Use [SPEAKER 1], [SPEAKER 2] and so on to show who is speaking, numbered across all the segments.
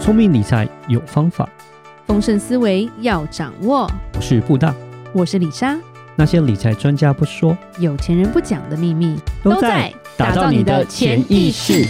[SPEAKER 1] 聪明理财有方法，
[SPEAKER 2] 丰盛思维要掌握。
[SPEAKER 1] 我是布大。
[SPEAKER 2] 我是李莎，
[SPEAKER 1] 那些理财专家不说，
[SPEAKER 2] 有钱人不讲的秘密
[SPEAKER 1] 打造你的潜意识。。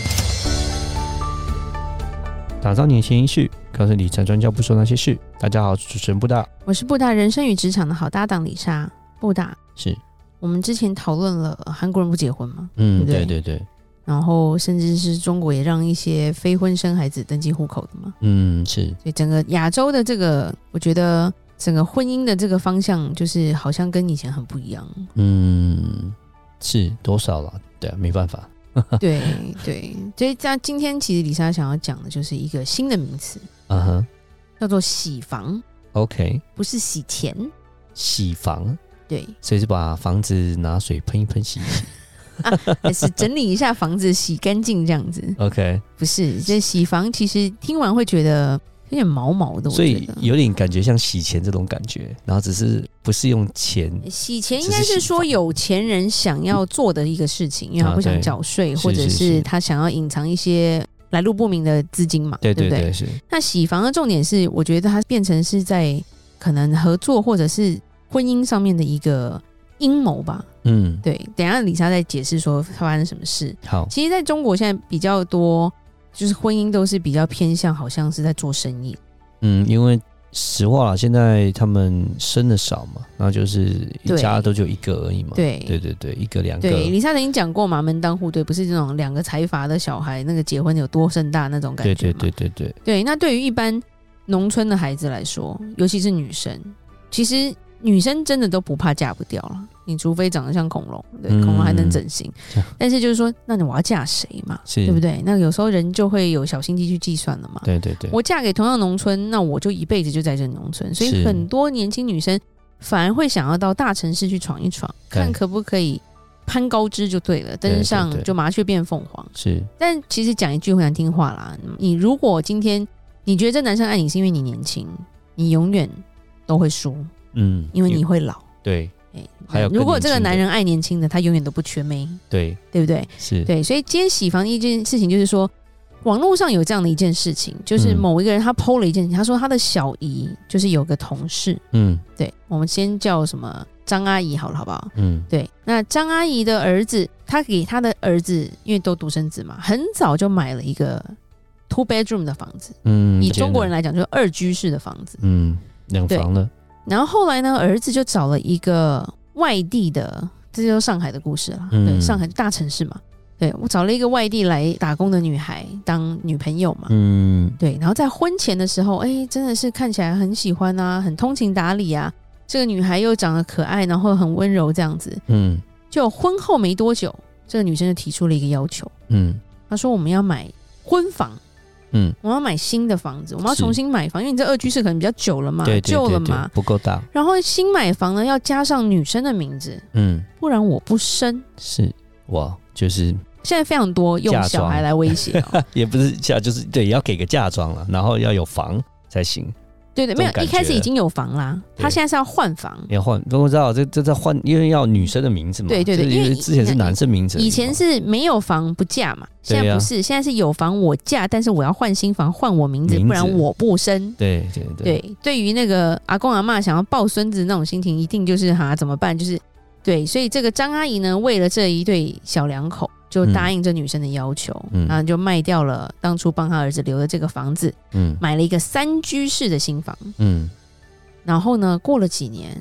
[SPEAKER 1] 打造你的潜意识，告诉理财专家不说那些事。大家好，我是主持人布大。
[SPEAKER 2] 我是布达人生与职场的好搭档李莎。布达，
[SPEAKER 1] 是，
[SPEAKER 2] 我们之前讨论了呃韩国人不结婚嘛，
[SPEAKER 1] 嗯
[SPEAKER 2] 对不
[SPEAKER 1] 对对，
[SPEAKER 2] 然后甚至是中国也让一些非婚生孩子登记户口的嘛，
[SPEAKER 1] 嗯，是，
[SPEAKER 2] 所以整个亚洲的这个，我觉得整个婚姻的这个方向，就是好像跟以前很不 一样。
[SPEAKER 1] 嗯，是多少了？对啊，没办法。
[SPEAKER 2] 对对，所以像今天其实李莎想要讲的就是一个新的名词，
[SPEAKER 1] 嗯哼
[SPEAKER 2] 叫做洗房，
[SPEAKER 1] ，OK，
[SPEAKER 2] 不是洗钱。
[SPEAKER 1] 洗房，
[SPEAKER 2] 对，
[SPEAKER 1] 所以是把房子拿水喷一喷洗一洗。
[SPEAKER 2] 还是整理一下房子，洗干净这样子。
[SPEAKER 1] OK，
[SPEAKER 2] 不是，这洗房其实听完会觉得有点毛毛的，我
[SPEAKER 1] 所
[SPEAKER 2] 觉
[SPEAKER 1] 以
[SPEAKER 2] 得。
[SPEAKER 1] 有点感觉像洗钱这种感觉，然后只是不是用钱，
[SPEAKER 2] 洗钱应该是说有钱人想要做的一个事情，因为他不想缴税，
[SPEAKER 1] 对
[SPEAKER 2] 或者
[SPEAKER 1] 是是
[SPEAKER 2] 啊是
[SPEAKER 1] 是
[SPEAKER 2] 他想要隐藏一些来路不明的资金嘛，
[SPEAKER 1] 对
[SPEAKER 2] 不
[SPEAKER 1] 对，是，
[SPEAKER 2] 那洗房的重点是，我觉得它变成是在可能合作或者是婚姻上面的一个阴谋吧。
[SPEAKER 1] 嗯，
[SPEAKER 2] 对，等一下李莎再解释说发生什么事。
[SPEAKER 1] 好，
[SPEAKER 2] 其实在中国现在比较多，就是婚姻都是比较偏向好像是在做生意，
[SPEAKER 1] 嗯，因为实话啦，现在他们生的少嘛，然后就是一
[SPEAKER 2] 对
[SPEAKER 1] 家都就一个而已嘛，
[SPEAKER 2] 对
[SPEAKER 1] 对对对一个两个，
[SPEAKER 2] 对，李莎曾经讲过嘛，门当户对，不是那种两个财阀的小孩，那个结婚有多盛大那种感
[SPEAKER 1] 对对
[SPEAKER 2] 觉嘛。
[SPEAKER 1] 对对对，
[SPEAKER 2] 对那对于一般农村的孩子来说，尤其是女生，其实女生真的都不怕嫁不掉了，你除非长得像恐龙，对，
[SPEAKER 1] 嗯
[SPEAKER 2] 恐龙还能整形，
[SPEAKER 1] 这样
[SPEAKER 2] 但是就是说，那你我要嫁谁嘛，
[SPEAKER 1] 是，
[SPEAKER 2] 对不对？那有时候人就会有小心机去计算了嘛。
[SPEAKER 1] 对对对
[SPEAKER 2] 我嫁给同样农村，那我就一辈子就在这农村，所以
[SPEAKER 1] 是
[SPEAKER 2] 很多年轻女生反而会想要到大城市去闯一闯，
[SPEAKER 1] 对
[SPEAKER 2] 看可不可以攀高枝就对了，
[SPEAKER 1] 对
[SPEAKER 2] 登
[SPEAKER 1] 对
[SPEAKER 2] 上
[SPEAKER 1] 对
[SPEAKER 2] 就麻雀变凤凰。
[SPEAKER 1] 是，
[SPEAKER 2] 但其实讲一句很难听话啦，你如果今天你觉得这男生爱你是因为你年轻，你永远都会输，
[SPEAKER 1] 嗯，
[SPEAKER 2] 因为你会老。
[SPEAKER 1] 对
[SPEAKER 2] 哎
[SPEAKER 1] 还有更
[SPEAKER 2] 如果这个
[SPEAKER 1] 年轻的
[SPEAKER 2] 男人爱年轻的，他永远都不缺妹，
[SPEAKER 1] 对
[SPEAKER 2] 对不对？
[SPEAKER 1] 是，
[SPEAKER 2] 对，所以今天洗房一件事情就是说，网络上有这样的一件事情，就是
[SPEAKER 1] 嗯
[SPEAKER 2] 某一个人他 PO 了一件事情，他说他的小姨就是有个同事，
[SPEAKER 1] 嗯
[SPEAKER 2] 对我们先叫什么张阿姨好了，好不好？
[SPEAKER 1] 嗯
[SPEAKER 2] 对，那张阿姨的儿子，他给他的儿子，因为都独生子嘛，很早就买了一个 two bedroom 的房子，
[SPEAKER 1] 嗯，
[SPEAKER 2] 以中国人
[SPEAKER 1] 来，
[SPEAKER 2] 来讲就是二居室的房子。
[SPEAKER 1] 嗯，两
[SPEAKER 2] 对啊
[SPEAKER 1] 房了，
[SPEAKER 2] 然后后来呢，儿子就找了一个外地的，这就是上海的故事了。
[SPEAKER 1] 嗯
[SPEAKER 2] 对，上海大城市嘛，对我找了一个外地来打工的女孩当女朋友嘛。
[SPEAKER 1] 嗯
[SPEAKER 2] 对，然后在婚前的时候，哎，真的是看起来很喜欢啊，很通情达理啊。这个女孩又长得可爱，然后很温柔，这样子。
[SPEAKER 1] 嗯
[SPEAKER 2] 就婚后没多久，这个女生就提出了一个要求，
[SPEAKER 1] 嗯
[SPEAKER 2] 她说我们要买婚房，
[SPEAKER 1] 嗯，
[SPEAKER 2] 我们要买新的房子，我们要
[SPEAKER 1] 是
[SPEAKER 2] 重新买房，因为你这二居室可能比较久了嘛，
[SPEAKER 1] 对对
[SPEAKER 2] 啊旧
[SPEAKER 1] 对
[SPEAKER 2] 了
[SPEAKER 1] 对
[SPEAKER 2] 嘛，。
[SPEAKER 1] 不够大，
[SPEAKER 2] 然后新买房呢要加上女生的名字，
[SPEAKER 1] 嗯
[SPEAKER 2] 不然我不生。
[SPEAKER 1] 是，哇，就是
[SPEAKER 2] 现在非常多用
[SPEAKER 1] 嫁
[SPEAKER 2] 小
[SPEAKER 1] 妆
[SPEAKER 2] 孩来威胁、 哦，
[SPEAKER 1] 也不是嫁，就是对，要给个嫁妆了，然后要有房才行。
[SPEAKER 2] 对对，没
[SPEAKER 1] 这种
[SPEAKER 2] 有，
[SPEAKER 1] 感
[SPEAKER 2] 一开始
[SPEAKER 1] 觉
[SPEAKER 2] 已经有房啦，
[SPEAKER 1] 对
[SPEAKER 2] 他现在是要换房。
[SPEAKER 1] 要换，我知道这这在换，因为要女生的名字嘛。
[SPEAKER 2] 对对对
[SPEAKER 1] 就是因
[SPEAKER 2] 因
[SPEAKER 1] 为
[SPEAKER 2] 为
[SPEAKER 1] 之前是男生名字而已嘛，
[SPEAKER 2] 以前是没有房不嫁嘛，现
[SPEAKER 1] 对啊
[SPEAKER 2] 在不是，现在是有房我嫁，但是我要换新房，换我名字，
[SPEAKER 1] 名字
[SPEAKER 2] 不然我不生。
[SPEAKER 1] 对对对
[SPEAKER 2] 对，对于那个阿公阿嬷想要抱孙子那种心情，一定就是哈怎么办？就是对，所以这个张阿姨呢，为了这一对小两口，就答应这女生的要求，
[SPEAKER 1] 嗯
[SPEAKER 2] 然后就卖掉了当初帮她儿子留的这个房子，
[SPEAKER 1] 嗯
[SPEAKER 2] 买了一个三居室的新房。
[SPEAKER 1] 嗯，
[SPEAKER 2] 然后呢，过了几年，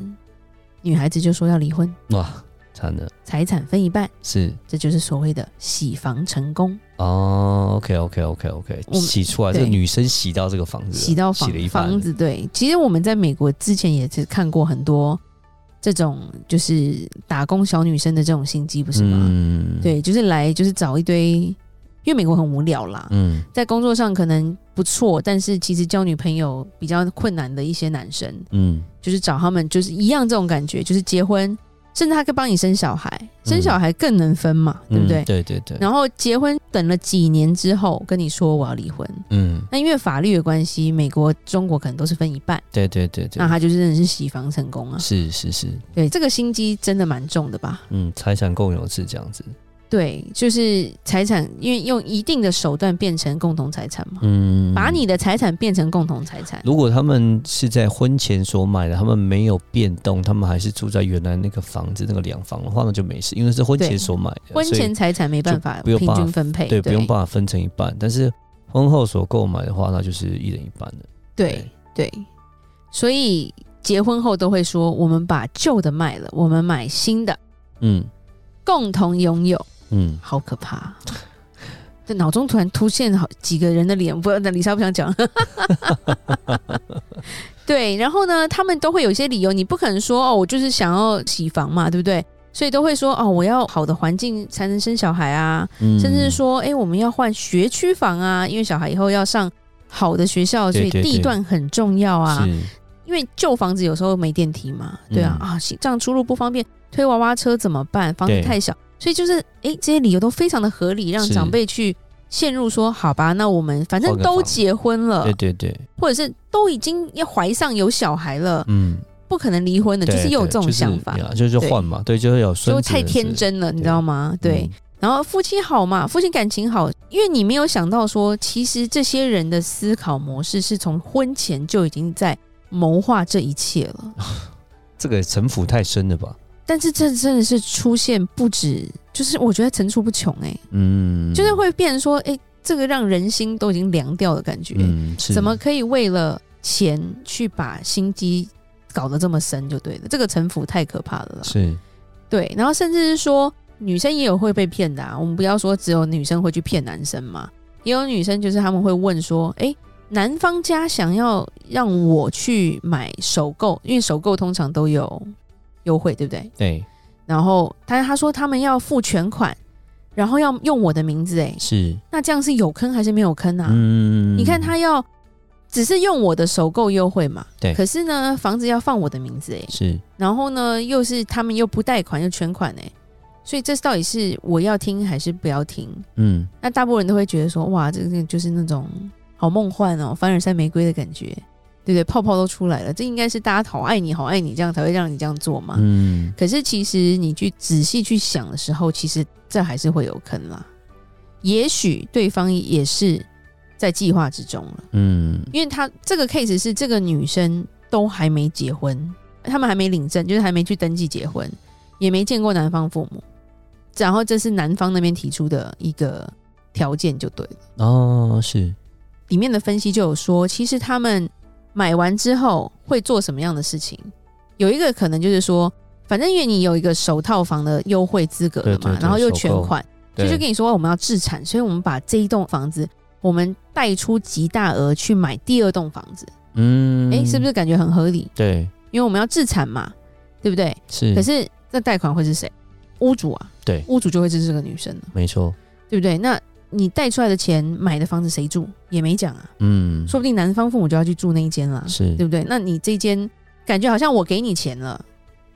[SPEAKER 2] 女孩子就说要离婚，
[SPEAKER 1] 哇，惨了，
[SPEAKER 2] 财产分一半，
[SPEAKER 1] 是
[SPEAKER 2] 这就是所谓的洗房成功，
[SPEAKER 1] 哦，OK OK OK OK，
[SPEAKER 2] 我们
[SPEAKER 1] 洗出来这
[SPEAKER 2] 对
[SPEAKER 1] 个女生洗到这个房子了，
[SPEAKER 2] 洗到房
[SPEAKER 1] 啊洗了一半
[SPEAKER 2] 房子。对，其实我们在美国之前也是看过很多这种就是打工小女生的这种心机，不是吗？
[SPEAKER 1] 嗯，
[SPEAKER 2] 对，就是来就是找一堆，因为美国很无聊啦，
[SPEAKER 1] 嗯
[SPEAKER 2] 在工作上可能不错，但是其实交女朋友比较困难的一些男生，
[SPEAKER 1] 嗯
[SPEAKER 2] 就是找他们就是一样这种感觉，就是结婚，甚至他可以帮你生小孩，生小孩更能分嘛，对不
[SPEAKER 1] 嗯
[SPEAKER 2] 对？
[SPEAKER 1] 对对对，
[SPEAKER 2] 然后结婚等了几年之后跟你说我要离婚，
[SPEAKER 1] 嗯，
[SPEAKER 2] 那因为法律的关系，美国、中国可能都是分一半，
[SPEAKER 1] 对对对对
[SPEAKER 2] 那，他就是真的是洗房成功啊。
[SPEAKER 1] 是是是，
[SPEAKER 2] 对，这个心机真的蛮重的吧？
[SPEAKER 1] 嗯，财产共有制这样子，
[SPEAKER 2] 对，就是财产，因为用一定的手段变成共同财产嘛，
[SPEAKER 1] 嗯，
[SPEAKER 2] 把你的财产变成共同财产。
[SPEAKER 1] 如果他们是在婚前所买的，他们没有变动，他们还是住在原来那个房子那个两房的话，那就没事，因为是婚前
[SPEAKER 2] 对
[SPEAKER 1] 所买的，
[SPEAKER 2] 婚
[SPEAKER 1] 所以
[SPEAKER 2] 前财产没办法
[SPEAKER 1] 不用
[SPEAKER 2] 平
[SPEAKER 1] 办法
[SPEAKER 2] 均分配，
[SPEAKER 1] 对
[SPEAKER 2] 对，
[SPEAKER 1] 不用把它分成一半，但是婚后所购买的话，那就是一人一半的。
[SPEAKER 2] 对对，所以结婚后都会说，我们把旧的卖了，我们买新的，
[SPEAKER 1] 嗯
[SPEAKER 2] 共同拥有，
[SPEAKER 1] 嗯，
[SPEAKER 2] 好可 怕啊。这脑中突然出现好几个人的脸，不，那李莎不 想讲。对，然后呢，他们都会有一些理由，你不可能说哦，我就是想要洗房嘛，对不对？所以都会说哦，我要好的环境才能生小孩啊，
[SPEAKER 1] 嗯
[SPEAKER 2] 甚至说，哎、我们要换学区房啊，因为小孩以后要上好的学校，所
[SPEAKER 1] 对
[SPEAKER 2] 以
[SPEAKER 1] 对
[SPEAKER 2] 地
[SPEAKER 1] 对
[SPEAKER 2] 段很重要啊。
[SPEAKER 1] 是
[SPEAKER 2] 因为旧房子有时候没电梯嘛，对啊，
[SPEAKER 1] 嗯
[SPEAKER 2] 啊，这样出入不方便，推娃娃车怎么办？房子
[SPEAKER 1] 对
[SPEAKER 2] 太小，所以就是，哎、这些理由都非常的合理，让
[SPEAKER 1] 是
[SPEAKER 2] 长辈去陷入说，好吧，那我们反正
[SPEAKER 1] 换个
[SPEAKER 2] 都
[SPEAKER 1] 房
[SPEAKER 2] 结婚了
[SPEAKER 1] 对，对对，
[SPEAKER 2] 或者是都已经要怀上有小孩了，
[SPEAKER 1] 嗯，
[SPEAKER 2] 不可能离婚的，就
[SPEAKER 1] 对
[SPEAKER 2] 是有
[SPEAKER 1] 对
[SPEAKER 2] 这种
[SPEAKER 1] 呃就是
[SPEAKER 2] 想法，
[SPEAKER 1] 呀就是
[SPEAKER 2] 对
[SPEAKER 1] 换嘛，对，就是有孙
[SPEAKER 2] 就
[SPEAKER 1] 子
[SPEAKER 2] 太
[SPEAKER 1] 的
[SPEAKER 2] 天
[SPEAKER 1] 事，
[SPEAKER 2] 真了，你知
[SPEAKER 1] 对
[SPEAKER 2] 道吗？对。
[SPEAKER 1] 嗯，
[SPEAKER 2] 然后夫妻好嘛，夫妻感情好，因为你没有想到说，其实这些人的思考模式是从婚前就已经在谋划这一切了。
[SPEAKER 1] 这个城府太深了吧？
[SPEAKER 2] 但是这真的是出现不止，就是我觉得层出不穷哎、
[SPEAKER 1] 嗯，
[SPEAKER 2] 就是会变成说，哎、这个让人心都已经凉掉的感觉。
[SPEAKER 1] 嗯，是
[SPEAKER 2] 怎么可以为了钱去把心机搞得这么深就对了？这个城府太可怕了啦。
[SPEAKER 1] 是
[SPEAKER 2] 对，然后甚至是说女生也有会被骗的、啊，我们不要说只有女生会去骗男生嘛，也有女生就是他们会问说，诶，男方家想要让我去买首购，因为首购通常都有优惠，对不对？
[SPEAKER 1] 对
[SPEAKER 2] 然后，但是他说他们要付全款，然后要用我的名字，诶，
[SPEAKER 1] 是
[SPEAKER 2] 那这样是有坑还是没有坑啊？
[SPEAKER 1] 嗯
[SPEAKER 2] 你看他要只是用我的首购优惠嘛，
[SPEAKER 1] 对
[SPEAKER 2] 可是呢，房子要放我的名字，诶。
[SPEAKER 1] 是
[SPEAKER 2] 然后呢，又是他们又不贷款又全款哎、所以这到底是我要听还是不要听？
[SPEAKER 1] 嗯
[SPEAKER 2] 那大部分人都会觉得说，哇，这个就是那种好梦幻哦，凡尔赛玫瑰的感觉，对不对？泡泡都出来了，这应该是大家好爱你，好爱你，这样才会让你这样做嘛。
[SPEAKER 1] 嗯
[SPEAKER 2] 可是其实你去仔细去想的时候，其实这还是会有坑啦。也许对方也是在计划之中了，
[SPEAKER 1] 嗯
[SPEAKER 2] 因为他这个 case 是这个女生都还没结婚，他们还没领证，就是还没去登记结婚，也没见过男方父母。然后这是男方那边提出的一个条件，就对了。
[SPEAKER 1] 哦是
[SPEAKER 2] 里面的分析就有说，其实他们买完之后会做什么样的事情？有一个可能就是说，反正因为你有一个首套房的优惠资格了嘛，
[SPEAKER 1] 对对对
[SPEAKER 2] 然后又全款，所以就
[SPEAKER 1] 对
[SPEAKER 2] 跟你说我们要置产，所以我们把这一栋房子我们贷出极大额去买第二栋房子。
[SPEAKER 1] 嗯
[SPEAKER 2] 哎、是不
[SPEAKER 1] 是
[SPEAKER 2] 是感觉很合理？
[SPEAKER 1] 对
[SPEAKER 2] 因为我们要自产嘛，对不对？
[SPEAKER 1] 是
[SPEAKER 2] 可是那贷款会是谁？屋主啊，
[SPEAKER 1] 对
[SPEAKER 2] 屋主就会是这个女生了，
[SPEAKER 1] 没错
[SPEAKER 2] 对不对？那你贷出来的钱买的房子谁住也没讲啊，
[SPEAKER 1] 嗯
[SPEAKER 2] 说不定男方父母就要去住那一间啦，
[SPEAKER 1] 是
[SPEAKER 2] 对不对？那你这间感觉好像我给你钱了，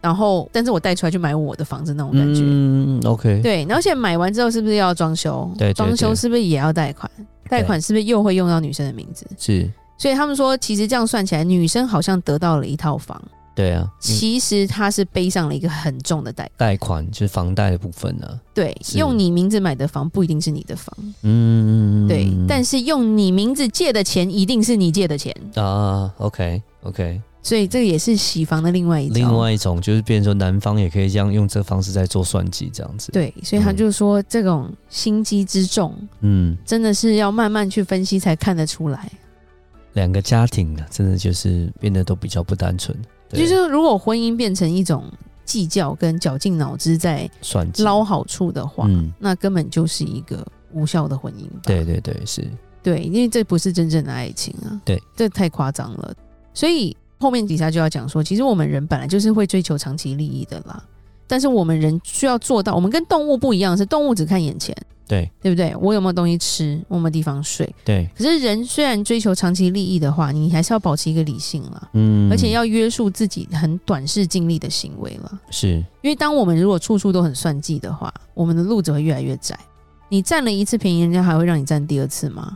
[SPEAKER 2] 然后但是我贷出来去买我的房子那种感觉，
[SPEAKER 1] 嗯 OK
[SPEAKER 2] 对。然后现在买完之后是不是要装修？
[SPEAKER 1] 对对
[SPEAKER 2] 装修
[SPEAKER 1] 对
[SPEAKER 2] 是不是也要贷款？贷款是不是又会用到女生的名字？
[SPEAKER 1] 是
[SPEAKER 2] 所以他们说，其实这样算起来，女生好像得到了一套房。
[SPEAKER 1] 对啊嗯
[SPEAKER 2] 其实他是背上了一个很重的代价。
[SPEAKER 1] 贷款就是房贷的部分啊呢
[SPEAKER 2] 对，
[SPEAKER 1] 是
[SPEAKER 2] 用你名字买的房不一定是你的房，
[SPEAKER 1] 嗯
[SPEAKER 2] 对，但是用你名字借的钱一定是你借的钱，
[SPEAKER 1] 啊 OK OK
[SPEAKER 2] 所以这个也是洗房的另外一招。
[SPEAKER 1] 另外一种就是变成说男方也可以这样用这方式在做算计这样子
[SPEAKER 2] 对，所以他
[SPEAKER 1] 嗯
[SPEAKER 2] 就说这种心机之重，
[SPEAKER 1] 嗯
[SPEAKER 2] 真的是要慢慢去分析才看得出来。
[SPEAKER 1] 两个家庭啊真的就是变得都比较不单纯对
[SPEAKER 2] 就是如果婚姻变成一种计较跟绞尽脑汁在
[SPEAKER 1] 算计
[SPEAKER 2] 捞好处的话，
[SPEAKER 1] 嗯
[SPEAKER 2] 那根本就是一个无效的婚姻吧。
[SPEAKER 1] 对对对是
[SPEAKER 2] 对，因为这不是真正的爱情啊。
[SPEAKER 1] 对，
[SPEAKER 2] 这太夸张了。所以后面底下就要讲说，其实我们人本来就是会追求长期利益的啦。但是我们人需要做到，我们跟动物不一样，是动物只看眼前，
[SPEAKER 1] 对
[SPEAKER 2] 对不对？我有没有东西吃，我有没有地方睡？
[SPEAKER 1] 对
[SPEAKER 2] 可是人虽然追求长期利益的话，你还是要保持一个理性啦，
[SPEAKER 1] 嗯
[SPEAKER 2] 而且要约束自己很短视尽力的行为啦。
[SPEAKER 1] 是
[SPEAKER 2] 因为当我们如果处处都很算计的话，我们的路只会越来越窄。你占了一次便宜，人家还会让你占第二次吗？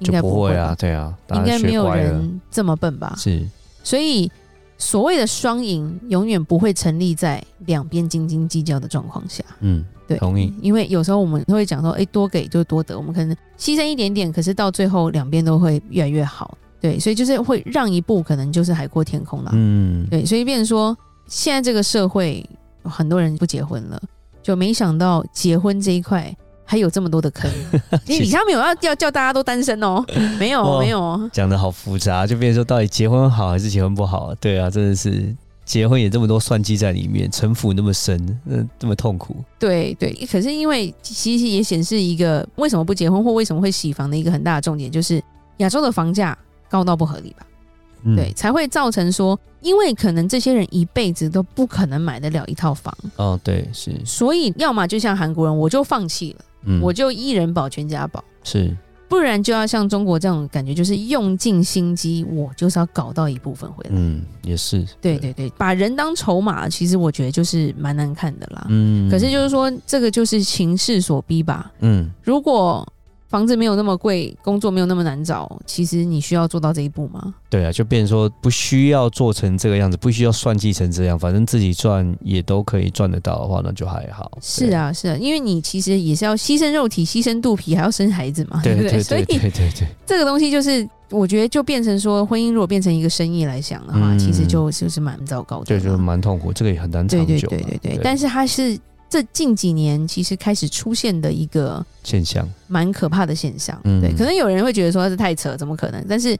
[SPEAKER 2] 应
[SPEAKER 1] 就
[SPEAKER 2] 该
[SPEAKER 1] 不
[SPEAKER 2] 会
[SPEAKER 1] 会
[SPEAKER 2] 吧
[SPEAKER 1] 啊，对啊，大
[SPEAKER 2] 应
[SPEAKER 1] 家
[SPEAKER 2] 该
[SPEAKER 1] 学
[SPEAKER 2] 没有
[SPEAKER 1] 乖了
[SPEAKER 2] 人这么笨吧？
[SPEAKER 1] 是
[SPEAKER 2] 所以所谓的双赢，永远不会成立在两边斤斤计较的状况下，
[SPEAKER 1] 嗯
[SPEAKER 2] 对，
[SPEAKER 1] 同意。
[SPEAKER 2] 因为有时候我们会讲说，哎，多给就多得，我们可能牺牲一点点，可是到最后两边都会越来越好。对，所以就是会让一步，可能就是海阔天空啦。
[SPEAKER 1] 嗯，
[SPEAKER 2] 对，所以变成说，现在这个社会很多人不结婚了，就没想到结婚这一块还有这么多的 坑。你你他没有要要叫大家都单身哦，没有
[SPEAKER 1] 哇
[SPEAKER 2] 没有哦，
[SPEAKER 1] 讲的好复杂，就变成说到底结婚好还是结婚不好？对啊，真的是结婚也这么多算计在里面，城府那么深，那这么痛苦。
[SPEAKER 2] 对对。可是因为其实也显示一个为什么不结婚或为什么会洗房的一个很大的重点，就是亚洲的房价高到不合理吧？
[SPEAKER 1] 嗯
[SPEAKER 2] 对，，才会造成说，因为可能这些人一辈子都不可能买得了一套房，
[SPEAKER 1] 哦，对，是，
[SPEAKER 2] 所以要么就像韩国人，我就放弃了，
[SPEAKER 1] 嗯，
[SPEAKER 2] 我就一人保全家保。
[SPEAKER 1] 是，
[SPEAKER 2] 不然就要像中国这种感觉，就是用尽心机，我就是要搞到一部分回来。
[SPEAKER 1] 嗯，也是，
[SPEAKER 2] 对，对对，把人当筹码，其实我觉得就是蛮难看的啦。
[SPEAKER 1] 嗯，
[SPEAKER 2] 可是就是说，这个就是情势所逼吧。
[SPEAKER 1] 嗯，
[SPEAKER 2] 如果房子没有那么贵，工作没有那么难找，其实你需要做到这一步吗？
[SPEAKER 1] 对啊，就变成说不需要做成这个样子，不需要算计成这样，反正自己赚也都可以赚得到的话，那就还好。
[SPEAKER 2] 是啊，是啊，因为你其实也是要牺牲肉体、牺牲肚皮，还要生孩子嘛，
[SPEAKER 1] 对，
[SPEAKER 2] 不
[SPEAKER 1] 对对
[SPEAKER 2] 所
[SPEAKER 1] 对
[SPEAKER 2] 以
[SPEAKER 1] 对 对对，
[SPEAKER 2] 这个东西就是，我觉得就变成说，婚姻如果变成一个生意来想的话，
[SPEAKER 1] 嗯
[SPEAKER 2] 其实就就是蛮糟糕的。
[SPEAKER 1] 对，就是蛮痛苦，这个也很难长
[SPEAKER 2] 对啊对
[SPEAKER 1] 久嘛。
[SPEAKER 2] 对对对，
[SPEAKER 1] 对
[SPEAKER 2] 但是它是这近几年其实开始出现的一个
[SPEAKER 1] 现象，
[SPEAKER 2] 蛮可怕的现象。
[SPEAKER 1] 嗯
[SPEAKER 2] 对，可能有人会觉得说这太扯，怎么可能？但是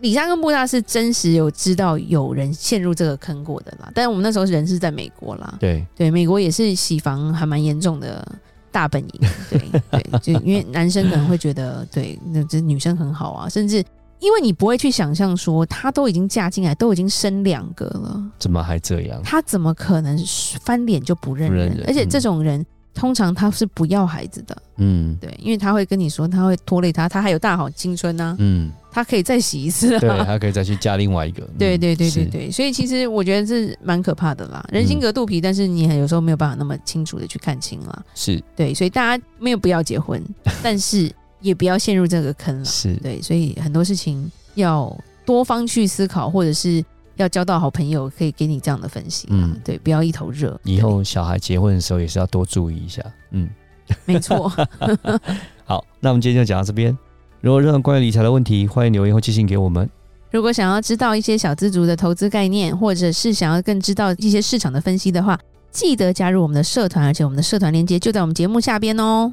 [SPEAKER 2] 李莎跟布大是真实有知道有人陷入这个坑过的啦。但是我们那时候人是在美国啦，
[SPEAKER 1] 对，
[SPEAKER 2] 对，美国也是洗房还蛮严重的大本营。对对，就因为男生可能会觉得，对，那这女生很好啊，甚至。因为你不会去想象说，她都已经嫁进来，都已经生两个了，
[SPEAKER 1] 怎么还这样？
[SPEAKER 2] 他怎么可能翻脸就不认人？
[SPEAKER 1] 不认人
[SPEAKER 2] 而且这种人、通常他是不要孩子的，
[SPEAKER 1] 嗯
[SPEAKER 2] 对，因为他会跟你说他会拖累他，他还有大好青春呐、
[SPEAKER 1] 嗯，
[SPEAKER 2] 他可以再洗一次、
[SPEAKER 1] 对，
[SPEAKER 2] 啊。
[SPEAKER 1] 还可以再去加另外一个。嗯
[SPEAKER 2] 对对对对
[SPEAKER 1] 是嗯
[SPEAKER 2] 对，所以其实我觉得这蛮可怕的啦，人心隔肚皮，但是你有时候没有办法那么清楚的去看清啦。
[SPEAKER 1] 是
[SPEAKER 2] 对，所以大家没有不要 结婚，但是也不要陷入这个坑啦。
[SPEAKER 1] 是，
[SPEAKER 2] 对，所以很多事情要多方去思考，或者是要交到好朋友，可以给你这样的分析。嗯
[SPEAKER 1] 嗯，
[SPEAKER 2] 对，不要一头热。
[SPEAKER 1] 以后小孩结婚的时候也是要多注意一下。嗯，
[SPEAKER 2] 对没错，
[SPEAKER 1] 好，那我们今天就讲到这边。如果有任何关于理财的问题，欢迎留言或寄信给我们。
[SPEAKER 2] 如果想要知道一些小资族的投资概念，或者是想要更知道一些市场的分析的话，记得加入我们的社团，而且我们的社团链接就在我们节目下边哦。